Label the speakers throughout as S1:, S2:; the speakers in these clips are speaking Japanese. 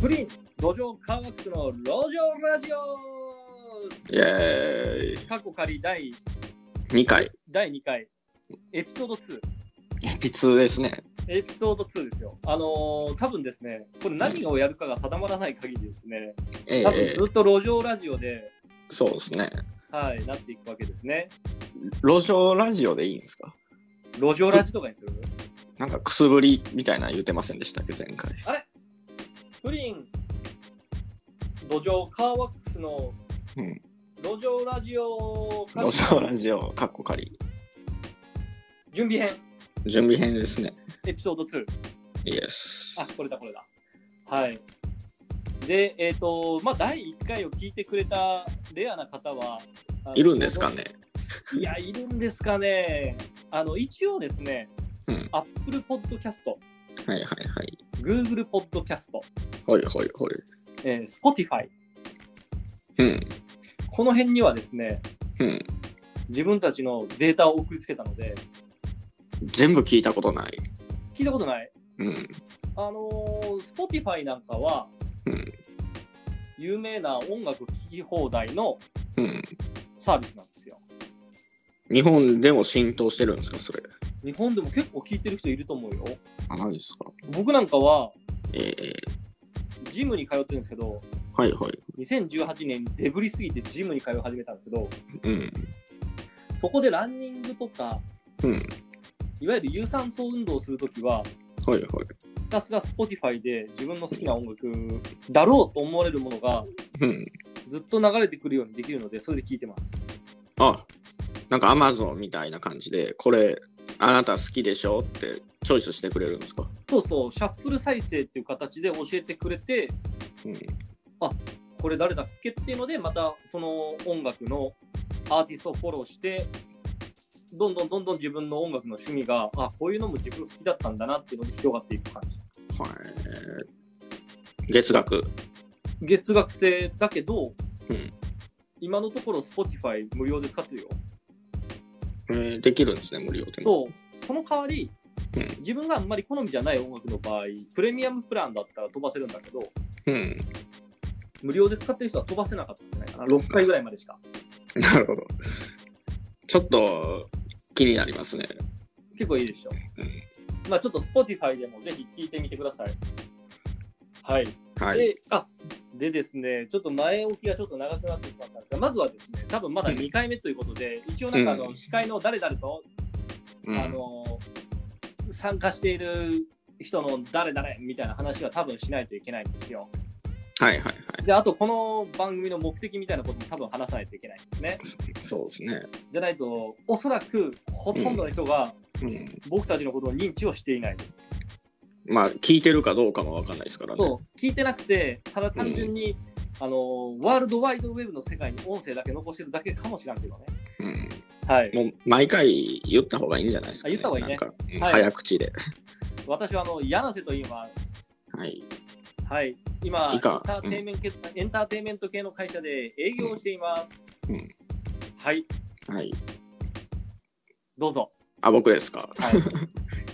S1: プリン土壌カーワックスの路上ラジオ
S2: イエーイ
S1: 過去仮第
S2: 2回
S1: 第2回エピソード2
S2: ピツですね
S1: エピソード2ですよあのー多分ですねこれ何をやるかが定まらない限りですね
S2: え
S1: 多分
S2: え
S1: ずっと路上ラジオで
S2: そうですね
S1: はいなっていくわけですね
S2: 路上ラジオでいいんですか
S1: 路上ラジとかにする
S2: なんかくすぶりみたいなの言ってませんでしたっけ前回
S1: プリン土壌カーワックスの
S2: うん
S1: 路上ラジオ過去
S2: 路上ラジオかっこ仮
S1: 準備編
S2: 準備編ですね
S1: エピソード2
S2: イエス
S1: あ、これだ、これだ。はい。で、えっ、と、まあ、第1回を聞いてくれたレアな方は、あの
S2: いるんですかね
S1: いや、いるんですかね。あの、一応ですね、
S2: うん
S1: アッ Apple Podcast、
S2: はいはいはい
S1: Google Podcast、
S2: ほいほいほい
S1: えー Spotify、
S2: うん
S1: この辺にはですね、
S2: うん
S1: 自分たちのデータを送りつけたので、
S2: 全部聞いたことない
S1: 聞いたことない。
S2: うん
S1: あのー、Spotify なんかは、
S2: うん
S1: 有名な音楽聴き放題の
S2: うん
S1: サービスなんですよ。
S2: 日本でも浸透してるんですかそれ
S1: 日本でも結構聞いてる人いると思うよ。
S2: あないですか
S1: 僕なんかは
S2: ええ
S1: ジムに通ってるんですけど、
S2: はいはい
S1: 2018年にデブリすぎてジムに通い始めたんですけど、
S2: うん
S1: そこでランニングとか、
S2: うん
S1: いわゆる有酸素運動をするときは、
S2: ほいほい
S1: ひたすら Spotify で自分の好きな音楽だろうと思われるものが
S2: うん
S1: ずっと流れてくるようにできるので、それで聞いてます。
S2: あなんかアマゾンみたいな感じでこれあなた好きでしょってチョイスしてくれるんですか、
S1: そうそう、シャッフル再生っていう形で教えてくれて、
S2: うん、
S1: これ誰だっけっていうのでまたその音楽のアーティストをフォローしてどんどんどんどん自分の音楽の趣味があこういうのも自分好きだったんだなっていうので広がっていく感じ
S2: はい月額
S1: 月額制だけど、
S2: うん
S1: 今のところ Spotify 無料で使ってるよ
S2: えーできるんですね無料で
S1: と
S2: も
S1: その代わり、
S2: うん
S1: 自分があんまり好みじゃない音楽の場合プレミアムプランだったら飛ばせるんだけど
S2: うん
S1: 無料で使ってる人は飛ばせなかったんじゃないかな6回ぐらいまでしか
S2: なるほどちょっと気になりますね
S1: 結構いいでしょ
S2: うん
S1: まあちょっと Spotify でもぜひ聞いてみてくださいはい
S2: はい
S1: で、あでですね、ちょっと前置きがちょっと長くなってしまったんですが、まずはですね、多分まだ2回目ということで、一応なんかあの、
S2: うん
S1: 司会の誰々と、
S2: うん
S1: あの参加している人の誰々みたいな話は多分しないといけないんですよ。
S2: はいはいはい
S1: で、あとこの番組の目的みたいなことも多分話さないといけないんですね。
S2: そうですね
S1: じゃないと、おそらくほとんどの人が
S2: うん
S1: 僕たちのことを認知をしていないです。
S2: まあ聞いてるかどうかもわかんないですからね
S1: そう聞いてなくて、ただ単純に、あのワールドワイドウェブの世界に音声だけ残してるだけかもしれんけどね。
S2: うん、
S1: はい、
S2: もう毎回言った方がいいんじゃないですか、ね、
S1: あ言った方がいいね
S2: なんか、うん
S1: はい
S2: 早口で
S1: 私はあの柳瀬と言います。
S2: はい
S1: はい、今
S2: いいか
S1: エンターテインメント、エンターテインメント系の会社で営業をしています。
S2: うんうん
S1: はい、
S2: はい
S1: どうぞ。
S2: あ僕ですか
S1: は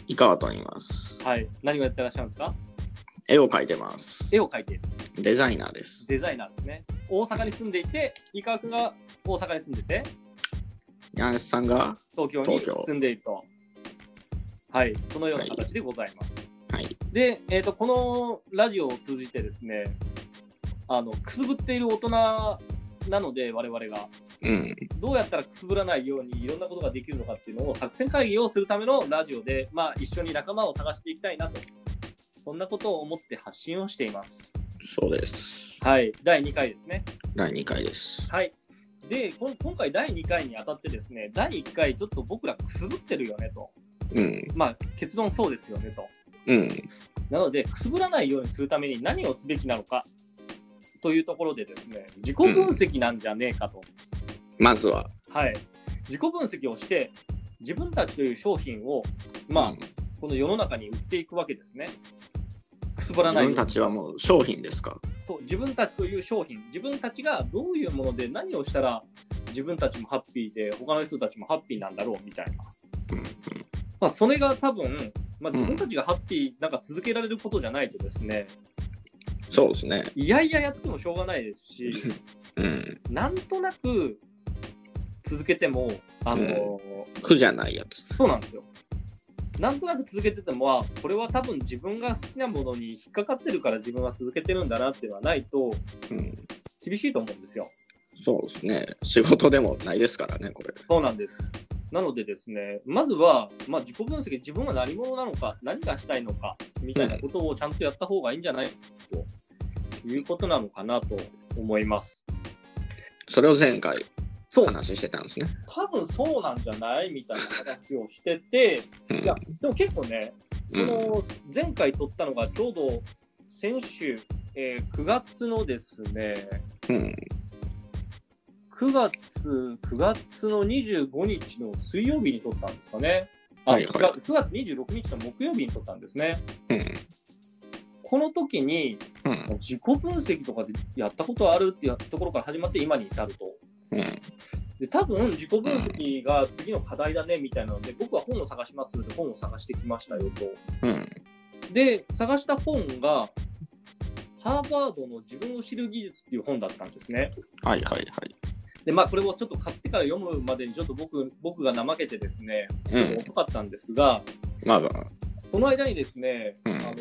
S2: 井川と言います
S1: い、はい、何をやってらっしゃるんですか
S2: 絵を描いてます
S1: 絵を描いている
S2: デザイナーです
S1: デザイナーですね。大阪に住んでいて、伊川君が大阪に住んでて、
S2: 柳橋さんが
S1: 東京に
S2: 東京
S1: 住んでいると。はい、そのような形でございます。
S2: はい
S1: で、えー、とこのラジオを通じてですねあのくすぶっている大人なので我々が
S2: うん
S1: どうやったらくすぶらないようにいろんなことができるのかっていうのを作戦会議をするためのラジオで、まあ、一緒に仲間を探していきたいなとそんなことを思って発信をしています
S2: そうです
S1: はい第2回ですね
S2: 第2回です
S1: はいでこん今回第2回にあたってですね第1回ちょっと僕らくすぶってるよねと
S2: うん
S1: まあ結論そうですよねと
S2: うん
S1: なので、くすぶらないようにするために何をすべきなのかというところでですね、自己分析なんじゃねえかと。
S2: まずは
S1: はい。自己分析をして、自分たちという商品を、まあ、
S2: うん
S1: この世の中に売っていくわけですね。くすぶら
S2: 自
S1: ないよう
S2: 分
S1: に
S2: たちはもう商品ですか
S1: そう自分たちという商品、自分たちがどういうもので何をしたら自分たちもハッピーで、他の人たちもハッピーなんだろうみたいな。
S2: うんうん
S1: まあ、それが多分、まあ、自分たちがハッピーなんか続けられることじゃないとですね、
S2: そうです ね。
S1: いやいややってもしょうがないです し、
S2: うん。
S1: なんとなく続けても、あの
S2: 苦じゃないやつ。
S1: そうなんですよ。なんとなく続けてても、あこれは多分自分が好きなものに引っかかってるから自分は続けてるんだなっていうのはないと
S2: うん。
S1: 厳しいと思うんですよ。
S2: そうですね。仕事でもないですからね、これ。
S1: そうなんです。なのでですね、まずは、まあ、自己分析、自分は何者なのか、何がしたいのか、みたいなことをちゃんとやった方がいいんじゃないということなのかなと思います。
S2: それを前回
S1: そう、
S2: 話してたんですね。
S1: 多分そうなんじゃないみたいな話をしてて、
S2: うん
S1: いや、でも結構ね、その前回撮ったのがちょうど先週、えー9月のですね、
S2: うん。
S1: 9月、9月の25日の水曜日に撮ったんですかね。あ、
S2: はいはい
S1: 9月26日の木曜日に撮ったんですね。
S2: うん。
S1: この時に
S2: うん。
S1: 自己分析とかでやったことあるっていうところから始まって今に至ると。
S2: うん。
S1: で多分自己分析が次の課題だねみたいなので、僕は本を探しますので本を探してきましたよと。
S2: うん。
S1: で、探した本が、ハーバードの自分を知る技術っていう本だったんですね。
S2: はいはいはい。
S1: で、まあ、これをちょっと買ってから読むまでに、ちょっと僕僕が怠けてですね、
S2: うん。
S1: 遅かったんですが、
S2: まあまあ。
S1: その間にですね、
S2: うん
S1: あのー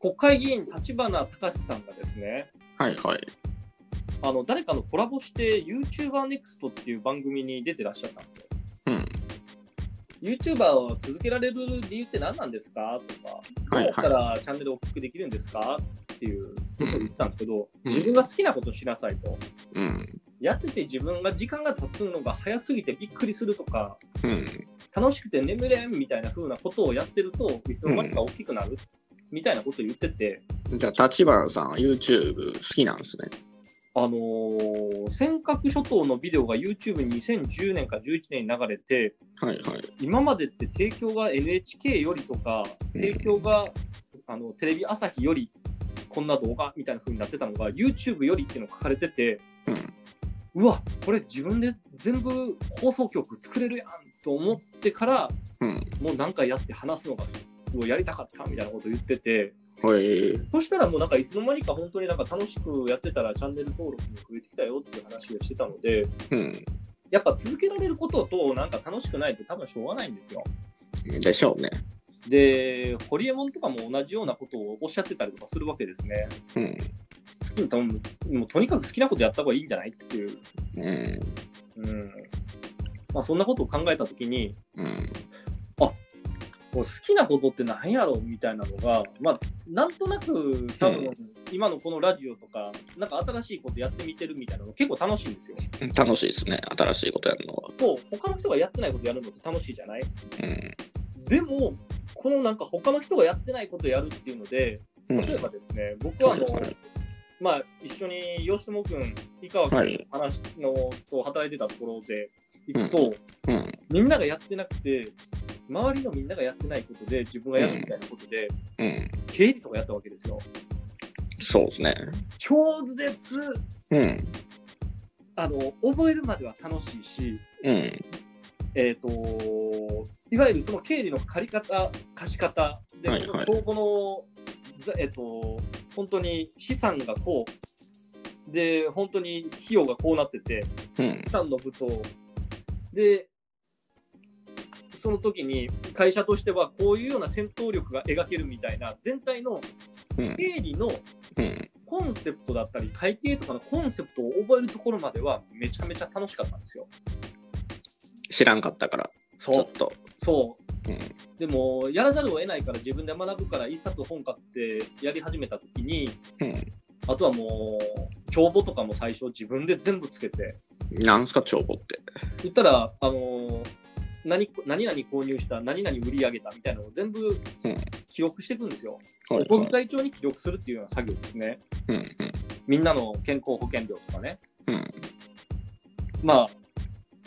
S1: 国会議員、立花隆さんがですね、
S2: はいはい。
S1: あの誰かのコラボして YouTuberNEXT っていう番組に出てらっしゃったんで、
S2: うん。
S1: YouTuber を続けられる理由って何なんですかとか、どう
S2: はい
S1: や
S2: はい
S1: ったらチャンネルを大きくできるんですかっていうことを言ってたんですけど、
S2: うん
S1: 自分が好きなことをしなさいと。
S2: うん。
S1: やってて自分が時間が経つのが早すぎてびっくりするとか、
S2: うん。
S1: 楽しくて眠れんみたいな風なことをやってると、いつの間にか大きくなる、みたいなことを言ってて、
S2: じゃあ、立花さんは YouTube 好きなんですね。
S1: あのー尖閣諸島のビデオが YouTube に2010年か11年に流れて、
S2: はいはい。
S1: 今までって提供が NHK よりとか、
S2: うん
S1: 提供が、あのテレビ朝日よりこんな動画みたいな風になってたのが、YouTube よりっていうのが書かれてて、
S2: うん。
S1: うわ、これ自分で全部放送局作れるやんと思ってから、
S2: うん。
S1: もう何回やって話すのが、をやりたかったみたいなこと言ってて、
S2: ほい。
S1: そしたらもうなんかいつの間にか本当になんか楽しくやってたらチャンネル登録も増えてきたよっていう話をしてたので、
S2: うん。
S1: やっぱ続けられることとなんか楽しくないって多分しょうがないんですよ。
S2: でしょうね。
S1: で、ホリエモンとかも同じようなことをおっしゃってたりとかするわけですね。
S2: うん。
S1: 好きにとももうとにかく好きなことやった方がいいんじゃないっていう。
S2: うん。
S1: うん。まあそんなことを考えたときに、
S2: うん。
S1: こう好きなことって何やろみたいなのが、まあなんとなく多
S2: う
S1: 分今のこのラジオとか、なんか新しいことやってみてるみたいなの結構楽しいんですよ。
S2: 楽しいですね。新しいことやるのは。
S1: と他の人がやってないことやるのって楽しいじゃない
S2: うん。
S1: でもこのなんか他の人がやってないことやるっていうので
S2: うん。
S1: 例えばですね、僕はあの、
S2: はいはい
S1: まあ、一緒に吉友君井川
S2: は
S1: 君
S2: い
S1: の話の、と働いてたところで行くと、
S2: うん。
S1: みんながやってなくて周りのみんながやってないことで自分がやるみたいなことで、
S2: うん。
S1: 経理とかやったわけですよ。
S2: そうですね。
S1: 超絶
S2: うん。
S1: あの覚えるまでは楽しいし
S2: うん。
S1: えー、といわゆるその経理の借り方、貸し方で、
S2: はいはい
S1: 帳簿の、ざえー、と本当に資産がこう、で本当に費用がこうなってて、
S2: うん
S1: 資。産の部と、で、その時に会社としてはこういうような戦闘力が描けるみたいな、全体の
S2: うん。
S1: 経理の
S2: うん。
S1: コンセプトだったり、会計とかのコンセプトを覚えるところまでは、めちゃめちゃ楽しかったんですよ。
S2: 知らんかったから、ちょっと。
S1: そう
S2: うん。
S1: でもやらざるを得ないから自分で学ぶから一冊本買ってやり始めた時に
S2: うん。
S1: あとはもう帳簿とかも最初自分で全部つけて
S2: なんすか、帳簿って。
S1: 言ったらあの何何々購入した何々売り上げたみたいなのを全部
S2: うん
S1: 記録していくんですよ、
S2: はい
S1: お小遣い帳に記録するっていうような作業ですね
S2: うん。
S1: みんなの健康保険料とかね
S2: うん。うん。
S1: まあ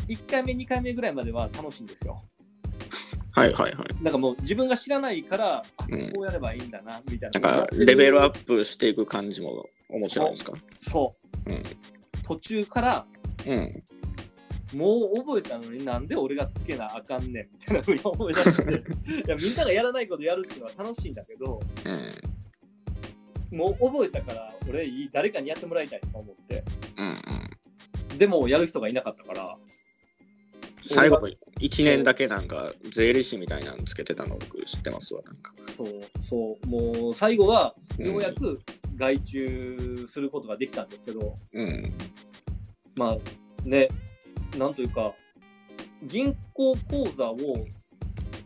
S1: 1回目2回目ぐらいまでは楽しいんですよ
S2: はいはいはい。
S1: なんかもう自分が知らないからあ
S2: うん
S1: こうやればいいんだなみたい
S2: な
S1: な、
S2: んか、レベルア
S1: プ
S2: ップしていく感じも面白いですか
S1: そう、
S2: うん
S1: 途中から
S2: うん。
S1: もう覚えたのになんで俺がつけなあかんねんみたいなふうに思い出していやみんながやらないことやるっていうのは楽しいんだけど
S2: うん。
S1: もう覚えたから俺いい誰かにやってもらいたいと思って
S2: うんうん。
S1: でもやる人がいなかったから
S2: 最後、1年だけなんか、税理士みたいなのつけてたの僕知ってますわ、なんか。
S1: そうそうもう最後は
S2: うん
S1: ようやく外注することができたんですけど、
S2: うん。
S1: まあねなんというか銀行口座を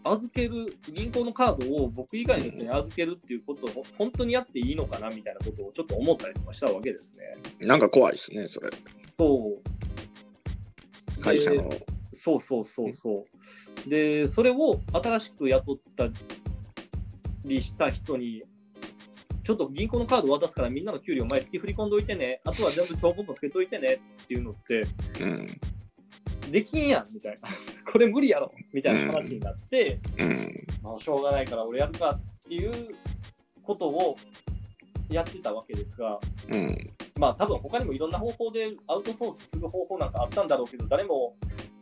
S1: 預ける銀行のカードを僕以外の人に預けるっていうことを本当にやっていいのかなみたいなことをちょっと思ったりとかしたわけですね。
S2: なんか怖いですね、それ。
S1: そう
S2: 会社
S1: で
S2: の。
S1: そうそうそうそう。で、それを新しく雇ったりした人に、ちょっと銀行のカード渡すからみんなの給料毎月振り込んどいてね、あとは全部帳簿もつけといてねっていうのって、
S2: うん。
S1: できんやんみたいな、 これ無理やろみたいな話になって、
S2: うん。
S1: まあ、しょうがないから俺やるかっていうことをやってたわけですが、
S2: うん。
S1: まあ多分他にもいろんな方法でアウトソースする方法なんかあったんだろうけど、誰も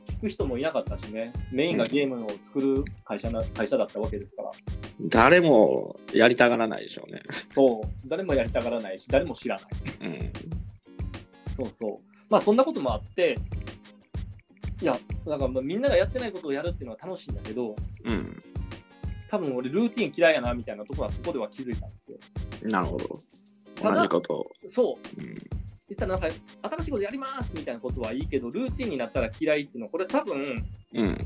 S1: 聞く人もいなかったしね、メインがゲームを作る会社な会社だったわけですから、
S2: 誰もやりたがらないでしょうね。
S1: そう誰もやりたがらないし、誰も知らない。
S2: うん。
S1: そうそう。まあそんなこともあって、いや、なんかまあみんながやってないことをやるっていうのは楽しいんだけど、
S2: うん。
S1: 多分俺ルーティン嫌いやなみたいなところはそこでは気づいたんですよ。
S2: なるほど。
S1: ただ
S2: 同じことを。
S1: そう。
S2: うん。
S1: 言ったらなんか新しいことやりますみたいなことはいいけど、ルーティンになったら嫌いっていうのは、これ多分、
S2: うん。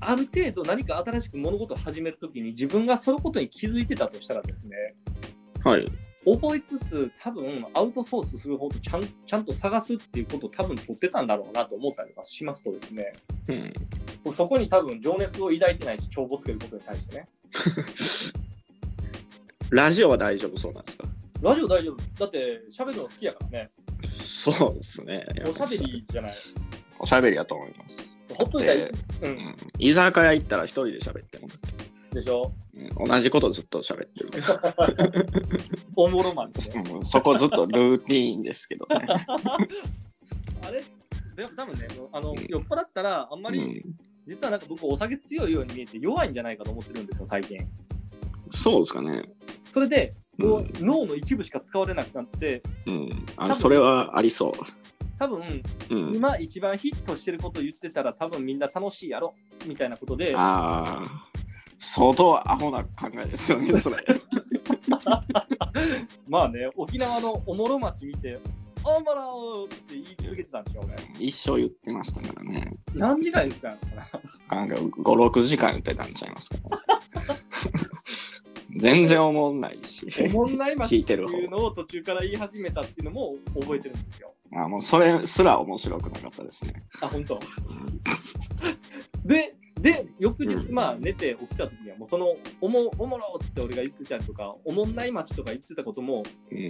S1: ある程度何か新しく物事を始めるときに自分がそのことに気づいてたとしたらですね、
S2: はい。
S1: 覚えつつ多分アウトソースする方とちゃんちゃんと探すっていうことを多分取ってたんだろうなと思ったりとかしますとですね、
S2: うん。
S1: そこに多分情熱を抱いてないし、帳簿つけることに対してね。
S2: ラジオは大丈夫そうなんですか
S1: ラジオ大丈夫。だって喋るの好きやからね。
S2: そうですね。
S1: おしゃべりじゃない。
S2: おしゃべりだと思います。
S1: ほっといたらいい
S2: だって。
S1: う。
S2: うんん、居酒屋行ったら一人で喋っても、
S1: でしょ
S2: うん、同じことずっと喋ってる、
S1: おもろマンですね。
S2: うんそこずっとルーティーンですけどね。
S1: あれでも多分ね、あの、
S2: うん
S1: 酔っ払ったら、あんま
S2: う
S1: り、
S2: ん、
S1: 実はなんか僕、お酒強いように見えて弱いんじゃないかと思ってるんですよ、最近。
S2: そうですかね。
S1: それで、
S2: うん
S1: もう脳の一部しか使われなくなって、
S2: うん、
S1: 多
S2: あ
S1: 分
S2: それはありそ
S1: 多分、
S2: う。うん、
S1: 今一番ヒットしてること言ってたら、多分みんな楽しいやろ、みたいなことで、
S2: ああ、相当アホな考えですよね、それ。
S1: まあね、沖縄のおもろ町見て、おもろーって言い続けてたんでしょうね。
S2: 一生言ってましたからね。
S1: 何時間言ってたのかな
S2: なんか5、6時間言ってたんちゃいますか、全然思んないし。
S1: おもんない町
S2: 聞
S1: っ
S2: い
S1: て
S2: てる方
S1: いうのを途中から言い始めたっていうのも覚えてるんですよ。
S2: あもうそれすら面白くなかったですね。
S1: あ、本当。 で、で、翌日、
S2: うん
S1: まあ、寝て起きた時には、もうその、おも、おもろって俺が言ってたりとか、おもんない町とか言ってたことも
S2: うん、
S1: 忘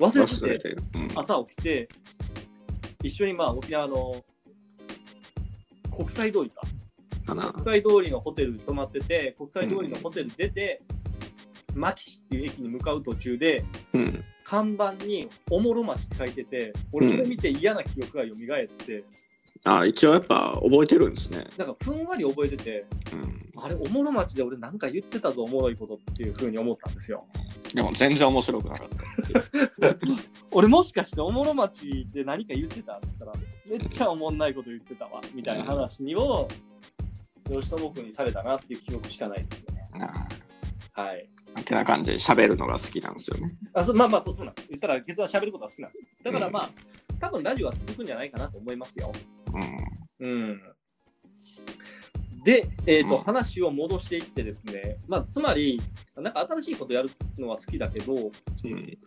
S1: れ
S2: 忘れ
S1: てて、
S2: てる。うん
S1: 朝起きて、一緒にまあ、沖縄の、国際通りか。
S2: かな。
S1: 国際通りのホテルに泊まってて、国際通りのホテル出て、マキシっていう駅に向かう途中で、
S2: うん。
S1: 看板におもろ町って書いてて、俺それ見て嫌な記憶が蘇って、
S2: あ、一応やっぱ覚えてるんですね。
S1: なんかふんわり覚えてて、
S2: うん。
S1: あれ、おもろ町で俺なんか言ってたぞ、おもろいことっていうふうに思ったんですよ。
S2: でも全然面白くなかった。
S1: 俺もしかしておもろ町で何か言ってたっつったら、めっちゃおもんないこと言ってたわ、みたいな話にを、吉友君にされたなっていう記憶しかないですね。
S2: あ
S1: はい。
S2: ーてな感じで喋るのが好きなんですよね。
S1: あそまあまあ、そうそうなんです。言ったら、月は喋ることは好きなんです。だから
S2: うん
S1: まあ、多分ラジオは続くんじゃないかなと思いますよ。
S2: うん。
S1: うん。で、えーと
S2: うん
S1: 話を戻していってですね、まあ、つまり、なんか新しいことやるのは好きだけど、
S2: うん、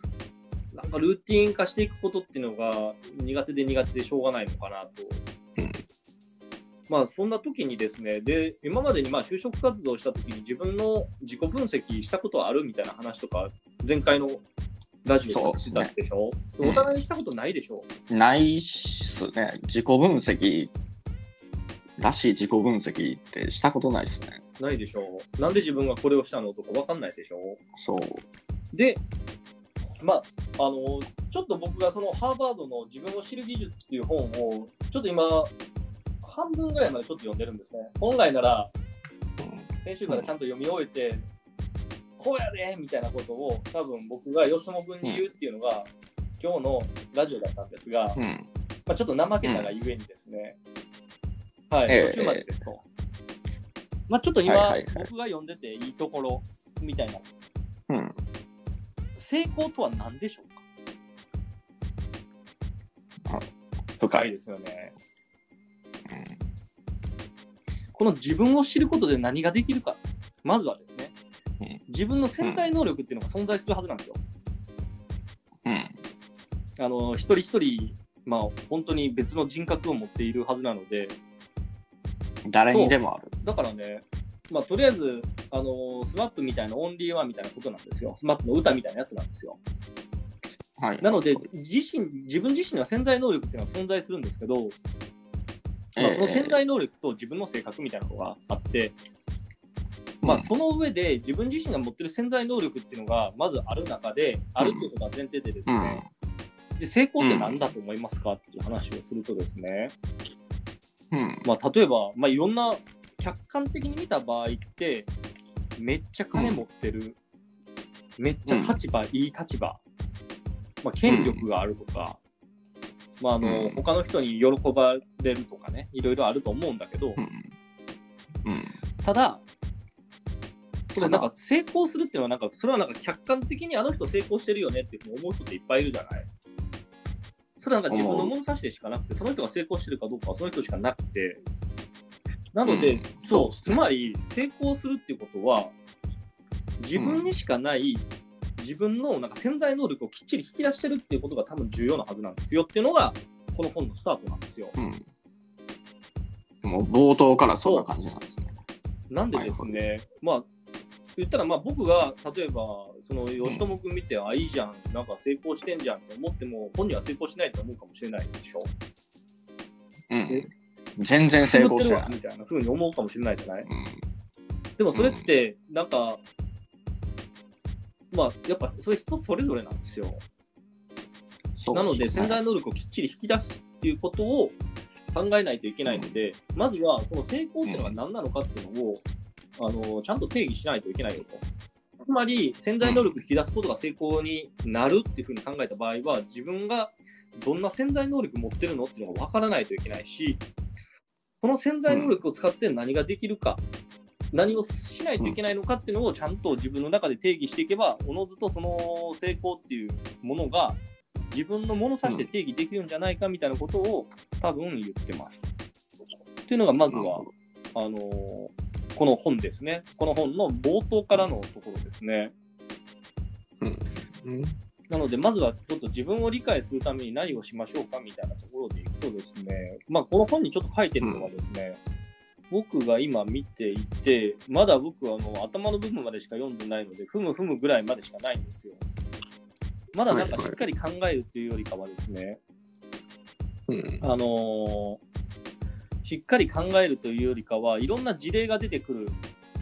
S1: なんかルーティン化していくことっていうのが苦手で苦手でしょうがないのかなと。
S2: うん
S1: まあそんな時にですね、で、今までにまあ就職活動した時に自分の自己分析したことあるみたいな話とか、前回のラジオでしてたでしょ
S2: そうですね
S1: お互いにしたことないでしょ、
S2: ないっすね。自己分析らしい自己分析ってしたことないっすね。
S1: ないでしょなんで自分がこれをしたのとかわかんないでしょ
S2: そう。
S1: で、まあ、あの、ちょっと僕がそのハーバードの自分を知る技術っていう本を、ちょっと今、半分ぐらいまでちょっと読んでるんですね。本来なら、
S2: うん
S1: 先週からちゃんと読み終えて、こうやでみたいなことを多分僕が吉本君に言うっていうのが、今日のラジオだったんですが、
S2: うん。
S1: まあ、ちょっと怠けたがゆえにですね、はい、
S2: ええ
S1: 途中までですと。まあ、ちょっと今、
S2: はいはいはい
S1: 僕が読んでていいところみたいな、
S2: うん。
S1: 成功とは何でしょうか
S2: 深
S1: 深い
S2: い。
S1: ですよね。
S2: うん
S1: この自分を知ることで何ができるか、まずはですね
S2: うん、
S1: 自分の潜在能力っていうのが存在するはずなんですよ。
S2: うん。
S1: あの一人一人、まあ、本当に別の人格を持っているはずなので、
S2: 誰にでもある。
S1: だからね、まあ、とりあえず、あのー、スマップみたいなオンリーワンみたいなことなんですよ。スマップの歌みたいなやつなんですよ。
S2: はい。
S1: なので、自身、自分自身には潜在能力っていうのは存在するんですけど、まあ、その潜在能力と自分の性格みたいなのがあって、まあ、その上で自分自身が持ってる潜在能力っていうのがまずある中で、あるっていうことが前提でです
S2: うん。
S1: ね、で成功って何だと思いますかっていう話をするとですね、
S2: うん。
S1: まあ、例えば、まあ、いろんな客観的に見た場合ってめっちゃ金持ってる、めっちゃ立場、いい立場、まあ、権力があるとか、まああの
S2: うん
S1: 他の人に喜ばれるとかねいろいろあると思うんだけど、
S2: うん。うん。
S1: ただこれ
S2: ただ
S1: なんか成功するっていうのはなんかそれはなんか客観的にあの人成功してるよねっていうふうに思う人っていっぱいいるじゃないそれはなんか自分の物差しでしかなくてその人が成功してるかどうかはその人しかなくてなので、
S2: うん
S1: そう
S2: そう
S1: つまり成功するっていうことは自分にしかない、自分のなんか潜在能力をきっちり引き出してるっていうことが多分重要なはずなんですよっていうのがこの本のスタートなんですよ。
S2: うん。もう冒頭からそんな感じなんですね。
S1: なんでですね、まあ、言ったら、まあ、僕が例えば、その吉友君見て、あ、いいじゃん、なんか成功してんじゃんって思っても、本人は成功しないと思うかもしれないでしょ。
S2: うん。全然成功して
S1: や
S2: な
S1: ってるわ
S2: い。
S1: みたいなふうに思うかもしれないじゃない
S2: うん。
S1: でもそれって、なんか、まあ、やっぱそれ人それぞれなんですよ。
S2: そう
S1: なので、
S2: すね
S1: 潜在能力をきっちり引き出すっていうことを考えないといけないので、まずは、その成功っていうのが何なのかっていうのを、あのちゃんと定義しないといけないよと。つまり、潜在能力を引き出すことが成功になるっていうふうに考えた場合は、自分がどんな潜在能力持ってるのっていうのが分からないといけないし、この潜在能力を使って何ができるか、何をしないといけないのかっていうのをちゃんと自分の中で定義していけば、おのずとその成功っていうものが自分の物差しで定義できるんじゃないかみたいなことを多分言ってます。というのがまず
S2: なる
S1: は
S2: ほど、
S1: あのーこの本ですね。この本の冒頭からのところですね。
S2: うん
S1: なので、まずはちょっと自分を理解するために何をしましょうかみたいなところでいくとですね、まあ、この本にちょっと書いてるのはですね、僕が今見ていて、まだ僕あの頭の部分までしか読んでないので、ふむふむぐらいまでしかないんですよ。まだなんかしっかり考えるというよりかはですね、
S2: うん。
S1: あのーしっかり考えるというよりかはいろんな事例が出てくる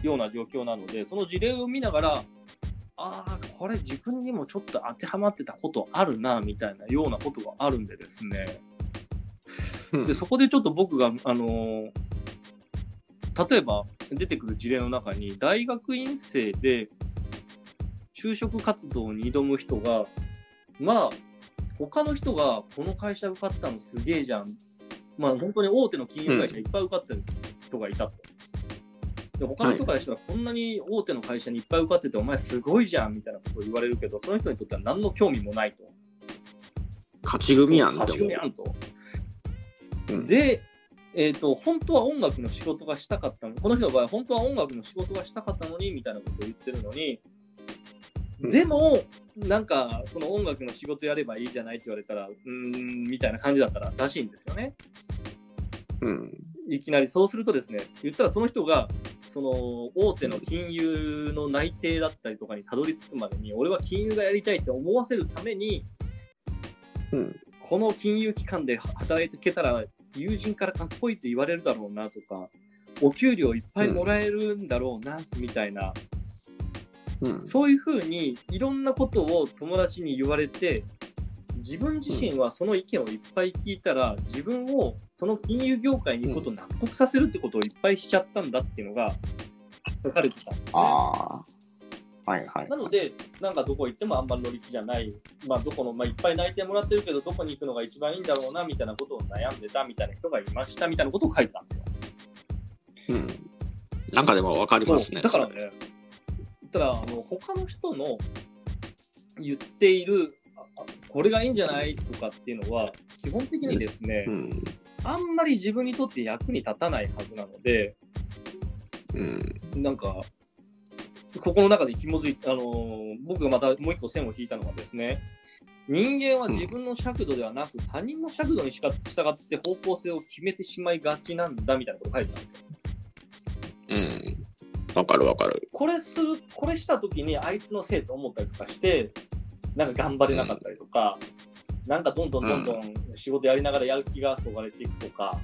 S1: ような状況なのでその事例を見ながらああこれ自分にもちょっと当てはまってたことあるなみたいなようなことがあるんでですね
S2: うん
S1: でそこでちょっと僕が、あのー例えば出てくる事例の中に大学院生で就職活動に挑む人がまあ他の人がこの会社受かったのすげえじゃんまあ本当に大手の金融会社いっぱい受かってる人がいたと。で他の人からしたらこんなに大手の会社にいっぱい受かってて、お前すごいじゃんみたいなことを言われるけどその人にとっては何の興味もないと。
S2: 勝ち組やんって
S1: 勝ち
S2: 思う
S1: 組やんと。
S2: うん
S1: で、えーと、本当は音楽の仕事がしたかったの、この人の場合、本当は音楽の仕事がしたかったのにみたいなことを言ってるのに、
S2: うん
S1: でも、なんか、その音楽の仕事やればいいじゃないって言われたら、うーん、みたいな感じだったららしいんですよね。
S2: うん。
S1: いきなり、そうするとですね、言ったらその人が、その大手の金融の内定だったりとかにたどり着くまでに、俺は金融がやりたいって思わせるために、
S2: うん。
S1: この金融機関で働いていけたら友人からかっこいいって言われるだろうなとかお給料いっぱいもらえるんだろうなみたいな、
S2: うん。
S1: そういうふうにいろんなことを友達に言われて自分自身はその意見をいっぱい聞いたら自分をその金融業界に行くことを納得させるってことをいっぱいしちゃったんだっていうのが書かれてたんですね。
S2: ああ。はいはい。
S1: なので、なんかどこ行ってもあんまり乗り気じゃない、まあ、どこの、まあ、いっぱい泣いてもらってるけど、どこに行くのが一番いいんだろうなみたいなことを悩んでたみたいな人がいましたみたいなことを書いてたんですよ。
S2: うん。なんかでもわかりますね。
S1: そうだから
S2: それ
S1: ね、ただあの、他の人の言っている、ああこれがいいんじゃないとかっていうのは、基本的にですね、
S2: うん。
S1: あんまり自分にとって役に立たないはずなので、
S2: うん。
S1: なんか、ここの中で紐づいて、あのー僕がまたもう一個線を引いたのはですね、人間は自分の尺度ではなく、他人の尺度にしか従って方向性を決めてしまいがちなんだみたいなこと書いてたんですよ。
S2: うん。わかるわかる。
S1: これする、これした時にあいつのせいと思ったりとかして、なんか頑張れなかったりとか、なんかどんどんどんどん仕事やりながらやる気がそがれていくとか、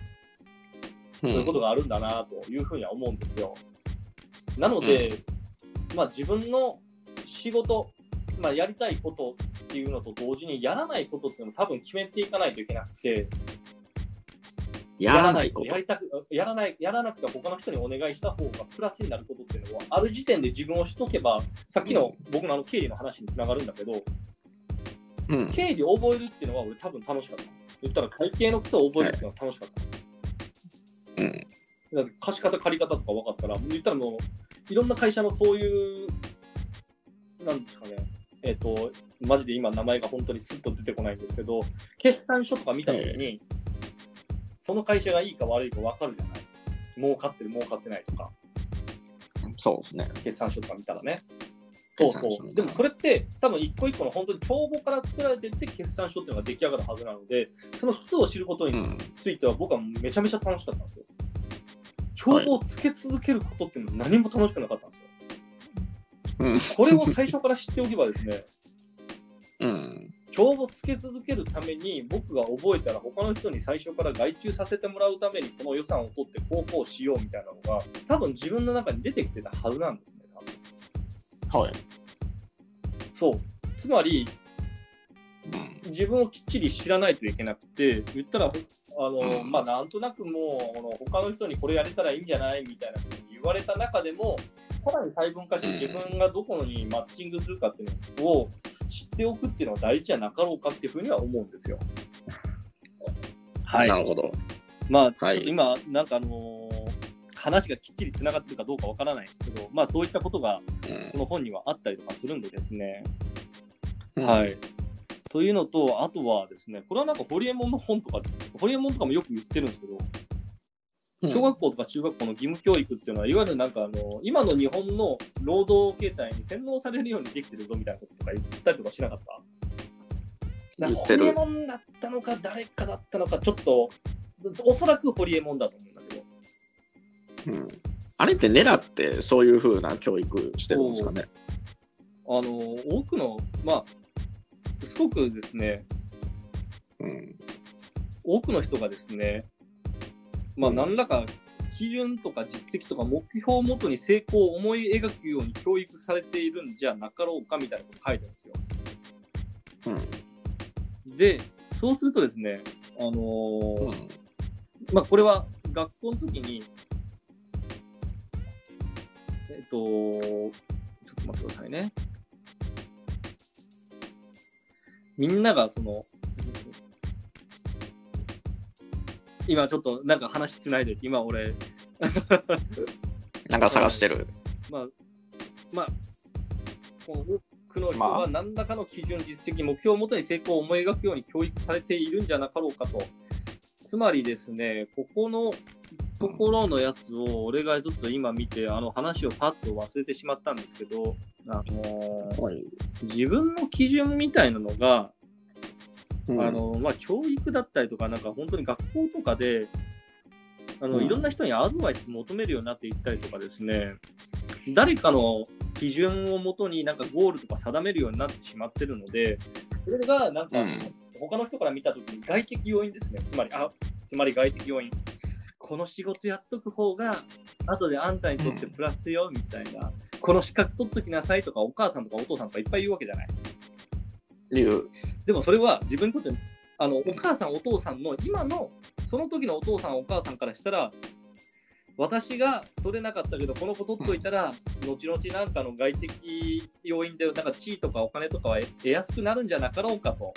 S2: うん。
S1: そういうことがあるんだなというふうには思うんですよ。なので、まあ、自分の仕事、まあ、やりたいことっていうのと同時にやらないことっていうのも多分決めていかないといけなくて、
S2: やらないこ
S1: や
S2: と。
S1: りたくやらないやらなくては他の人にお願いした方がプラスになることっていうのは、ある時点で自分をしとけば、さっきの僕のあの経理の話につながるんだけど、
S2: うん。
S1: 経理を覚えるっていうのは俺多分楽しかった。言ったら会計の癖を覚えるっていうのは楽しかった。
S2: うん。
S1: だって貸し方借り方とか分かったら言ったらもういろんな会社のそういうなんですかねえっ、とマジで今名前が本当にスッと出てこないんですけど決算書とか見た時に、その会社がいいか悪いか分かるじゃない儲かってる儲かってないとか
S2: そうですね。
S1: 決算書とか見たらねそう
S2: 決算書
S1: そうでもそれって多分一個一個の本当に帳簿から作られてって決算書っていうのが出来上がるはずなのでその靴を知ることに
S2: うん。
S1: ついては僕はめちゃめちゃ楽しかったんですよ。帳簿をつけ続けることっていうのは何も楽しくなかったんですよ。
S2: うん。
S1: これを最初から知っておけばですね、
S2: うん。
S1: 帳簿つけ続けるために僕が覚えたら他の人に最初から外注させてもらうためにこの予算を取ってこうこうしようみたいなのが多分自分の中に出てきてたはずなんですね。多分
S2: はい。
S1: そう。つまり
S2: うん。
S1: 自分をきっちり知らないといけなくて、言ったら、あの、
S2: うん
S1: まあ、なんとなくもう、あの他の人にこれやれたらいいんじゃないみたいなふうに言われた中でも、さらに細分化して自分がどこにマッチングするかっていうのを知っておくっていうのは大事じゃなかろうかっていうふうには思うんですよ。はい
S2: な。るほど。
S1: まあ、
S2: はい
S1: ちょっと今、なんかあのー話がきっちりつながってるかどうかわからないんですけど、まあそういったことが
S2: うん
S1: この本にはあったりとかするんでですね、
S2: うん
S1: はい。というのと、あとはですね、これはなんかホリエモンの本とか、ホリエモンとかもよく言ってるんですけど、
S2: うん
S1: 小学校とか中学校の義務教育っていうのは、いわゆるなんかあの、今の日本の労働形態に洗脳されるようにできてるぞみたいなこととか言ったりとかしなかったなん
S2: 言
S1: か
S2: っ
S1: ホ
S2: て
S1: リエ
S2: る。
S1: モンだったのか、誰かだったのか、ちょっと、おそらくホリエモンだと思うんだけど、
S2: うんあれって狙ってそういうふうな教育してるんですかね。
S1: あの、多くの、まあ、すごくですね、
S2: うん。
S1: 多くの人がですね、まあ、
S2: うん
S1: 何らか基準とか実績とか目標をもとに成功を思い描くように教育されているんじゃなかろうかみたいなこと書いてあるんですよ。
S2: うん。
S1: で、そうするとですね、あのーまあ、これは学校の時に、えっと、ちょっと待ってくださいね。みんながその、今ちょっとなんか話つないで、今俺、
S2: なんか探してる。
S1: まあ、まあ、この多くの人
S2: ま
S1: は
S2: あ
S1: 何らかの基準、実績、目標をもとに成功を思い描くように教育されているんじゃなかろうかと。つまりですね、ここのところのやつを、俺がちょっと今見て、あの話をパッと忘れてしまったんですけど、あのー
S2: はい。
S1: 自分の基準みたいなのが、
S2: うん
S1: あ、のまあ、教育だったりとか、なんか本当に学校とかで、あの
S2: うん
S1: いろんな人にアドバイス求めるようになっていったりとかですね、誰かの基準をもとになんかゴールとか定めるようになってしまってるので、それがなんか
S2: うん
S1: 他の人から見たときに外的要因ですね、つまり、あつまり外的要因、この仕事やっとく方が、後であんたにとってプラスよみたいな、この資格取っときなさいとか、お母さんとかお父さんとかいっぱい言うわけじゃない。
S2: 理由。
S1: でもそれは自分にとってあのお母さんお父さんの今のその時のお父さんお母さんからしたら私が取れなかったけど、この子取っといたら、後々なんかの外的要因で、なんか地位とかお金とかは得やすくなるんじゃなかろうかと。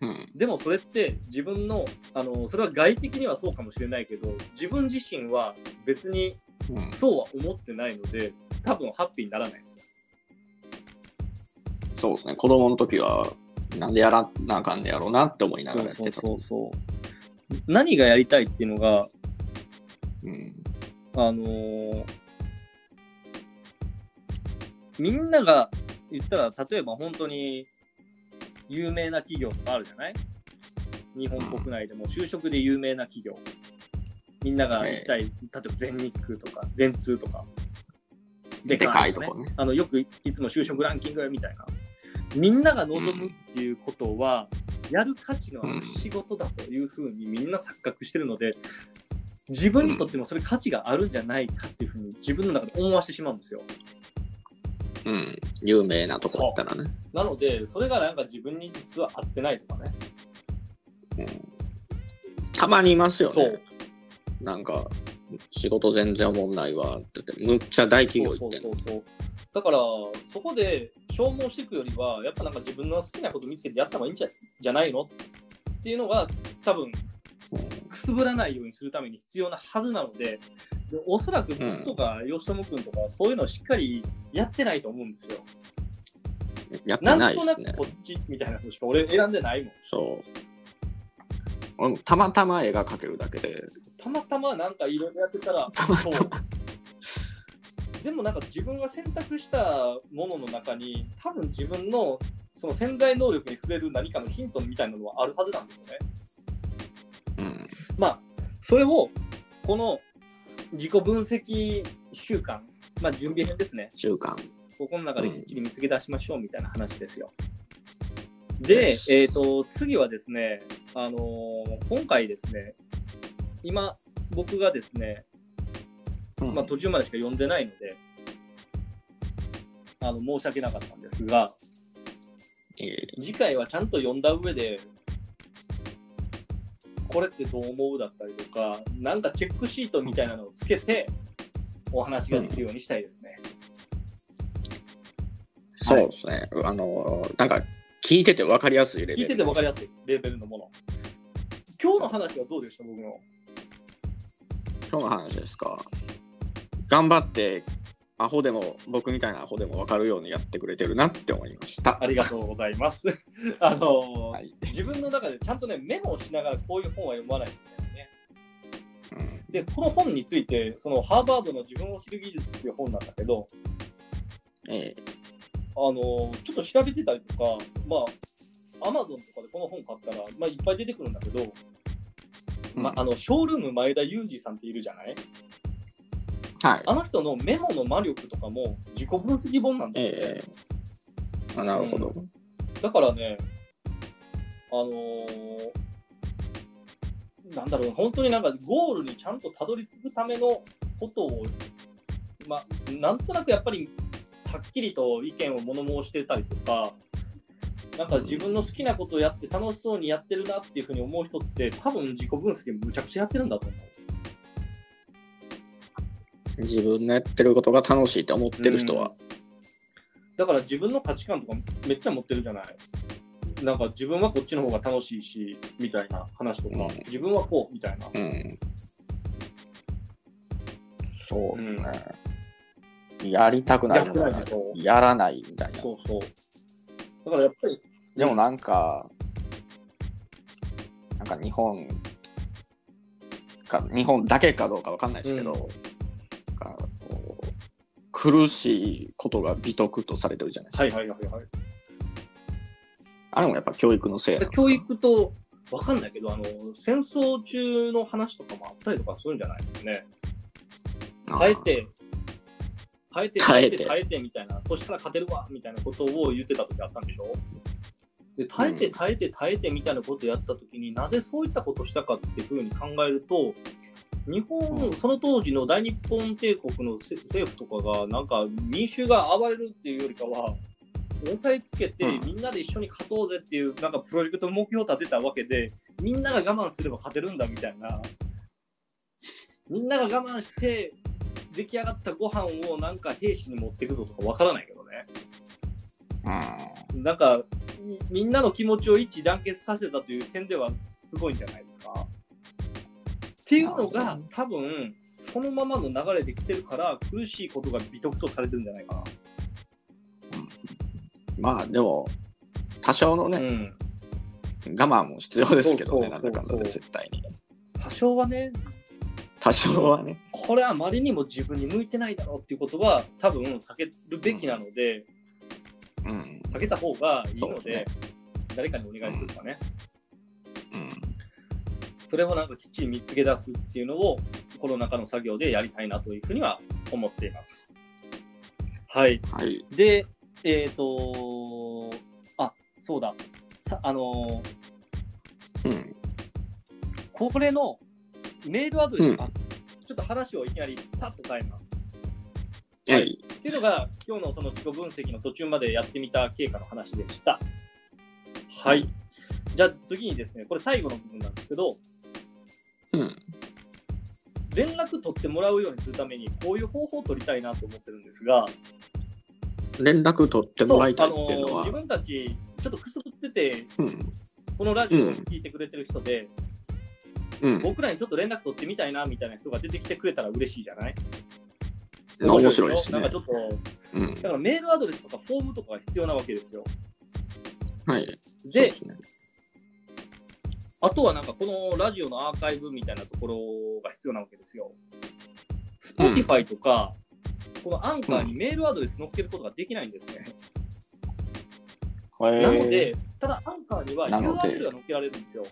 S2: うん。
S1: でもそれって自分の、あの、それは外的にはそうかもしれないけど、自分自身は別に
S2: うん。
S1: そうは思ってないので、多分ハッピーにならないですよ。
S2: そうですね。子供の時は、なんでやらなあかんねやろうなって思いながらやっ
S1: そう
S2: てた。
S1: そうそう。何がやりたいっていうのが、
S2: うん。
S1: あのーみんなが言ったら、例えば本当に有名な企業とかあるじゃない日本国内でも就職で有名な企業。みんなが一体、例えば全日空とか、全通とか。
S2: でかいとこね。
S1: あのよくいつも就職ランキングみたいな。みんなが望
S2: う
S1: む
S2: ん
S1: っていうことは、やる価値のあ
S2: う
S1: る
S2: ん
S1: 仕事だというふうにみんな錯覚してるので、自分にとってもそれ価値があるんじゃないかっていうふうに自分の中で思わせてしまうんですよ。
S2: うん。有名なとこだったらね。
S1: なので、それがなんか自分に実は合ってないとかね。
S2: たまにいますよ
S1: そ
S2: ね
S1: う。
S2: なんか、仕事全然思んないわって言って、むっちゃ大企業行ってん
S1: そ
S2: の
S1: うそうそうそうだから、そこで消耗していくよりは、やっぱなんか自分の好きなこと見つけてやった方がいいんじゃじゃないのっていうのが、多分くすぶらないようにするために必要なはずなので、でおそらく僕とか吉友君とか、そういうのをしっかりやってないと思うんですよ。
S2: うんやって
S1: な
S2: なんい
S1: と
S2: です
S1: な
S2: ね
S1: く。こっちみたいなのしか俺選んでないもん。
S2: そう。俺もたまたま絵が描けるだけで、
S1: たまたまなんかいろいろやってたら、そう。でもなんか自分が選択したものの中に、多分自分のその潜在能力に触れる何かのヒントみたいなのはあるはずなんですよね。
S2: うん。
S1: まあ、それを、この自己分析習慣、まあ、準備編ですね。
S2: 習慣。
S1: ここの中できっちり見つけ出しましょうみたいな話ですよ。で、えっ、と、次はですね、あのー今回ですね、今、僕がですね、
S2: うん
S1: まあ、途中までしか読んでないので、あの、申し訳なかったんですが、
S2: いえいえ
S1: 次回はちゃんと読んだ上で、これってどう思うだったりとか、なんかチェックシートみたいなのをつけて、お話ができるようにしたいですね。
S2: そうですね。あの、なんか、聞いてて分かりやすいレベ
S1: 聞
S2: ル。
S1: いてて分かりやすいレベルのもの。今日の話はどうでした、僕の。
S2: 今日の話ですか。頑張って、アホでも、僕みたいなアホでも分かるようにやってくれてるなって思いました。
S1: ありがとうございます。 あのー
S2: はい。
S1: 自分の中でちゃんとね、メモをしながらこういう本は読まないといけないね。
S2: うん。
S1: で、この本について、そのハーバードの自分を知る技術っていう本なんだけど、
S2: ええ
S1: あのーちょっと調べてたりとか、まあ、アマゾンとかでこの本買ったら、まあ、いっぱい出てくるんだけど、まあ、あの、ショールーム前田裕二さんっているじゃない
S2: はい。
S1: あの人のメモの魔力とかも自己分析本なんだよね。
S2: ええあなるほど。
S1: だからね、あのーなんだろう、本当になんかゴールにちゃんとたどり着くためのことを、まあ、なんとなくやっぱり、はっきりと意見を物申してたりとか、なんか自分の好きなことをやって楽しそうにやってるなっていうふうに思う人って、多分自己分析むちゃくちゃやってるんだと思う。
S2: 自分のやってることが楽しいって思ってる人は。
S1: だから自分の価値観とかめっちゃ持ってるじゃないなんか自分はこっちの方が楽しいしみたいな話とか、
S2: うん
S1: 自分はこうみたいな
S2: うん。そうですね。やりたくないもの
S1: やりたくないでしょ
S2: やらないみたいな。
S1: そうそうだからやっぱり
S2: でもなんか、なんか日本か、日本だけかどうかわかんないですけど、
S1: うん
S2: なんかこう苦しいことが美徳とされてるじゃないですか。
S1: はいはいはいはい
S2: あれもやっぱ教育のせいなんですか
S1: 教育とわかんないけどあの戦争中の話とかもあったりとかするんじゃないですかね
S2: あ
S1: 変えて変えて
S2: 変
S1: 変
S2: え
S1: え
S2: て
S1: て変えてみたいなそしたら勝てるわみたいなことを言ってた時あったんでしょで耐えて
S2: うん
S1: 耐えて耐えてみたいなことをやった時に、なぜそういったことをしたかっていうふうに考えると日本、
S2: うん
S1: その当時の大日本帝国のせ政府とかがなんか民衆が暴れるっていうよりかは押さえつけて、
S2: うん
S1: みんなで一緒に勝とうぜっていうなんかプロジェクト目標を立てたわけでみんなが我慢すれば勝てるんだみたいなみんなが我慢して出来上がったご飯をなんか兵士に持っていくぞとかわからないけどね。
S2: う
S1: なんかみみんなの気持ちを一致団結させたという点ではすごいんじゃないですか。っていうの
S2: なるほ
S1: が
S2: ど
S1: 多分そのままの流れできてるから苦しいことが美徳とされてるんじゃないか
S2: ん、まあでも多少の
S1: な。う
S2: ね、
S1: ん、
S2: 我慢も必要ですけど
S1: そ
S2: ね
S1: う
S2: な
S1: そ
S2: ん
S1: うそうそう
S2: だかんだで絶対に
S1: 多少はね
S2: 多少はね
S1: これあまりにも自分に向いてないだろうっていうことは多分避けるべきなので、
S2: うん
S1: 避けた方がいい
S2: そう
S1: の
S2: で
S1: です
S2: ね
S1: 誰かにお願いするとかね、
S2: うん
S1: それをなんかきっちり見つけ出すっていうのをコロナ禍の作業でやりたいなというふうには思っています。はい、
S2: はい
S1: で、えっ、とあそうだ、さあのー
S2: うん
S1: これのメールアドレス、
S2: うん
S1: あちょっと話をいきなりパッと変えます。
S2: はい
S1: っていうのが、今日のその自己分析の途中までやってみた経過の話でした。はい。じゃあ次にですね、これ最後の部分なんですけど、
S2: うん
S1: 連絡取ってもらうようにするために、こういう方法を取りたいなと思ってるんですが、
S2: 連絡取ってもらいたいっていう
S1: そう
S2: の
S1: あの
S2: は
S1: 自分たち、ちょっとくすぶってて、
S2: うん
S1: このラジオを聞いてくれてる人で、
S2: うん
S1: 僕らにちょっと連絡取ってみたいなみたいな人が出てきてくれたら嬉しいじゃない
S2: 面白いです
S1: なん
S2: ね
S1: かちょっと、
S2: うん
S1: だからメールアドレスとかフォームとかが必要なわけですよ。
S2: はいそう
S1: で
S2: で、すね
S1: あとはなんかこのラジオのアーカイブみたいなところが必要なわけですよ。
S2: うん
S1: Spotify とか、このアンカーにメールアドレス載っけることができないんですね。なので、ただアンカーには
S2: なので
S1: URL が載っけられるんですよ。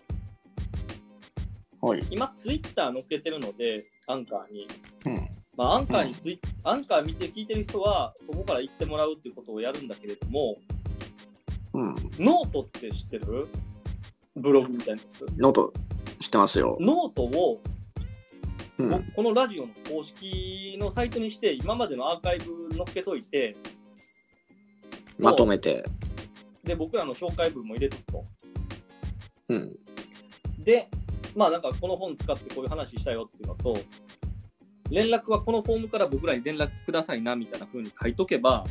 S2: はい
S1: 今 Twitter 載っけてるので、アンカーに。
S2: うん
S1: まあ、アンカーにツイ、アンカー見て聞いてる人は、そこから行ってもらうっていうことをやるんだけれども、
S2: うん
S1: ノートって知ってるブログみたいなやつ。
S2: ノート知ってますよ
S1: ノートを
S2: うん
S1: このラジオの公式のサイトにして、今までのアーカイブ載っけといて、
S2: まとめて
S1: で、僕らの紹介文も入れとくと。
S2: うん
S1: で、まあなんかこの本使ってこういう話したよっていうのと、連絡はこのフォームから僕らに連絡くださいなみたいな風に書いとけば、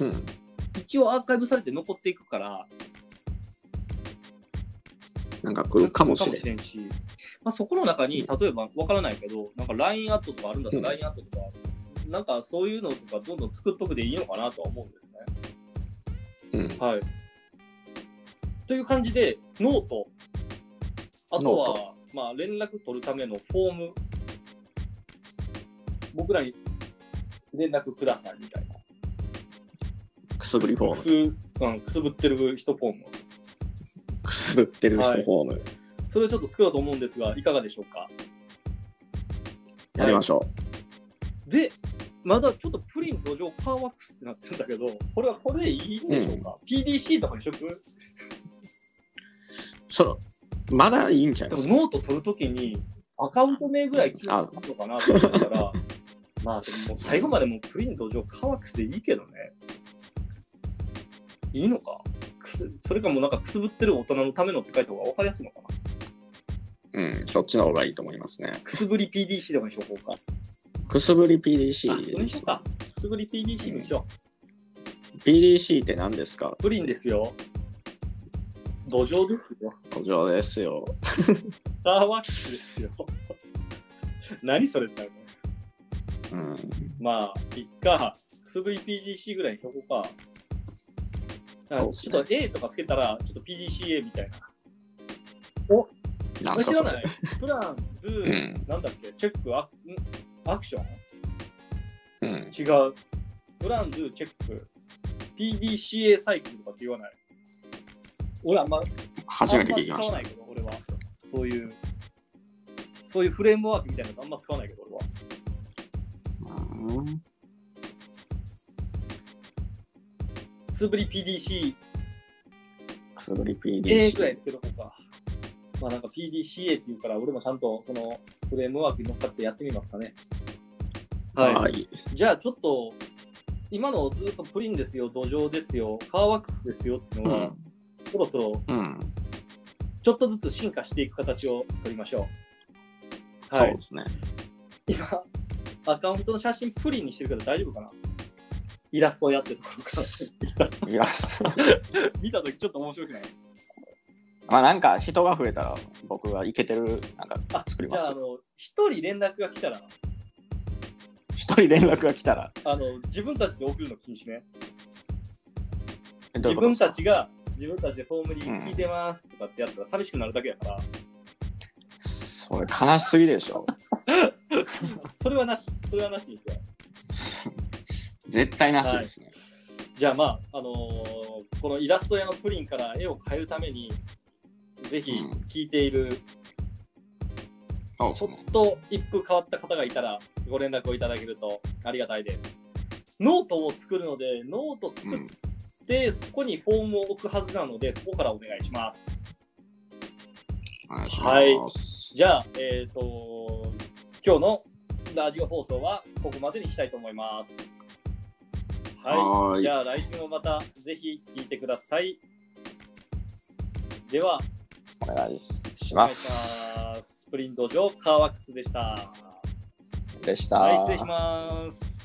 S2: うん
S1: 一応アーカイブされて残っていくから、
S2: なんか来るかもしれん
S1: れんし、まあ、そこの中に、例えばわからないけど、なんか LINE アットとかあるんだったら
S2: うん
S1: LINE アットとか、なんかそういうのとかどんどん作っとくでいいのかなとは思うんですね。
S2: うん
S1: はい。という感じで、ノート、あと
S2: ノ
S1: は、まあ、連絡取るためのフォーム、僕らに連絡くださいみたいな。
S2: くすぶりフォ
S1: く
S2: ーム
S1: すうん、くすぶってる人フォーム。
S2: くすぶってる人フォーム、
S1: それをちょっと作ろうと思うんですが、いかがでしょうか。
S2: やりましょ
S1: で、まだちょっとプリン土壌パーワックスってなってるんだけど、これはこれでいいんでしょうか、?PDC とかにしとく
S2: う、そのまだいいんちゃい
S1: で
S2: ま
S1: も
S2: す
S1: ノート取るときにアカウント名ぐらい聞いてたのかなと思ったら、まあでももう最後までもうプリン同上カワクスでいいけどね。いいのかくすそれかもうなんかくすぶってる大人のためのって書いた方が分かりやすいのかな
S2: うんそっちの方がいいと思いますね
S1: くすぶり PDC とかにしとこうか。
S2: くすぶり
S1: あ、そ
S2: PDC
S1: れ
S2: で
S1: にしよ
S2: す
S1: うか。くすぶり PDC にしよう。
S2: PDC って何ですか
S1: プリンですよ。土壌ですよ。
S2: 土壌ですよ
S1: カワクスですよ。 何それってなるね
S2: うん
S1: まあ、いっか、くすぶり PDC ぐらいにしとこうか。なん
S2: そう
S1: か
S2: っ
S1: ち
S2: す
S1: ょっと
S2: ね
S1: A とかつけたら、ちょっと PDCA みたいな。
S2: なん
S1: 知
S2: からそ
S1: な
S2: れ
S1: いプラン、ドゥ、
S2: うん
S1: なんだっけ、チェック、アんアクション
S2: うん
S1: 違う。プラン、ドゥ、チェック。PDCA サイクルとかって言わない。俺あんま、
S2: 初めて聞き
S1: あん
S2: ま
S1: ま使
S2: し
S1: わ
S2: た
S1: ないけど、俺は。そういう、そういうフレームワークみたいなのあんま使わないけど、俺は。
S2: うん
S1: くすぶり PDCA
S2: くすぶり
S1: A ぐらい
S2: PDC
S1: つけとこうか。まあなんか PDCA っていうから、俺もちゃんとそのフレームワークに乗っかってやってみますかね。はい。
S2: はい
S1: じゃあちょっと、今のずっとプリンですよ、土壌ですよ、カーワックスですよっていう
S2: う
S1: のは、
S2: ん
S1: そろそろ
S2: うん
S1: ちょっとずつ進化していく形を取りましょ
S2: そうですね。
S1: 今、アカウントの写真プリンにしてるけど大丈夫かなイラストをやってるところから
S2: いや、
S1: 見たときちょっと面白くない
S2: まあなんか人が増えたら僕がいけてるなんか作り
S1: じ
S2: ま
S1: ゃあ、
S2: す
S1: あ
S2: よ。
S1: の、一人連絡が来たら、
S2: 一人連絡が来たら。
S1: あの、自分たちで送るの禁止ね。
S2: えどう
S1: 自
S2: いうこと
S1: 分
S2: ですか
S1: たちが、自分たちでホームに聞いてますとかってやったら寂しくなるだけやから、
S2: それ悲しすぎでしょ。
S1: それはなし、それはなしにして
S2: 絶対なしですね。
S1: じゃあまあ、あのーこのイラスト屋のプリンから絵を変えるために、ぜひ
S2: うん
S1: 聞いている、
S2: そうで
S1: ち
S2: す
S1: ょっ
S2: ね。
S1: と一風変わった方がいたら、ご連絡をいただけるとありがたいです。ノートを作るので、ノート作
S2: う
S1: っ
S2: ん。
S1: て、そこにフォームを置くはずなので、そこからお願いします。
S2: お願いし
S1: はい
S2: ます。
S1: じゃあ、えっ、と、今日のラジオ放送はここまでにしたいと思います。は。
S2: はい
S1: じ
S2: ーい。
S1: ゃあ、来週もまたぜひ聞いてください。では、
S2: お願いし
S1: お願
S2: ま
S1: いし
S2: す。
S1: ます。スプリント上、カーワックスでした。
S2: でした。
S1: はい、失礼します。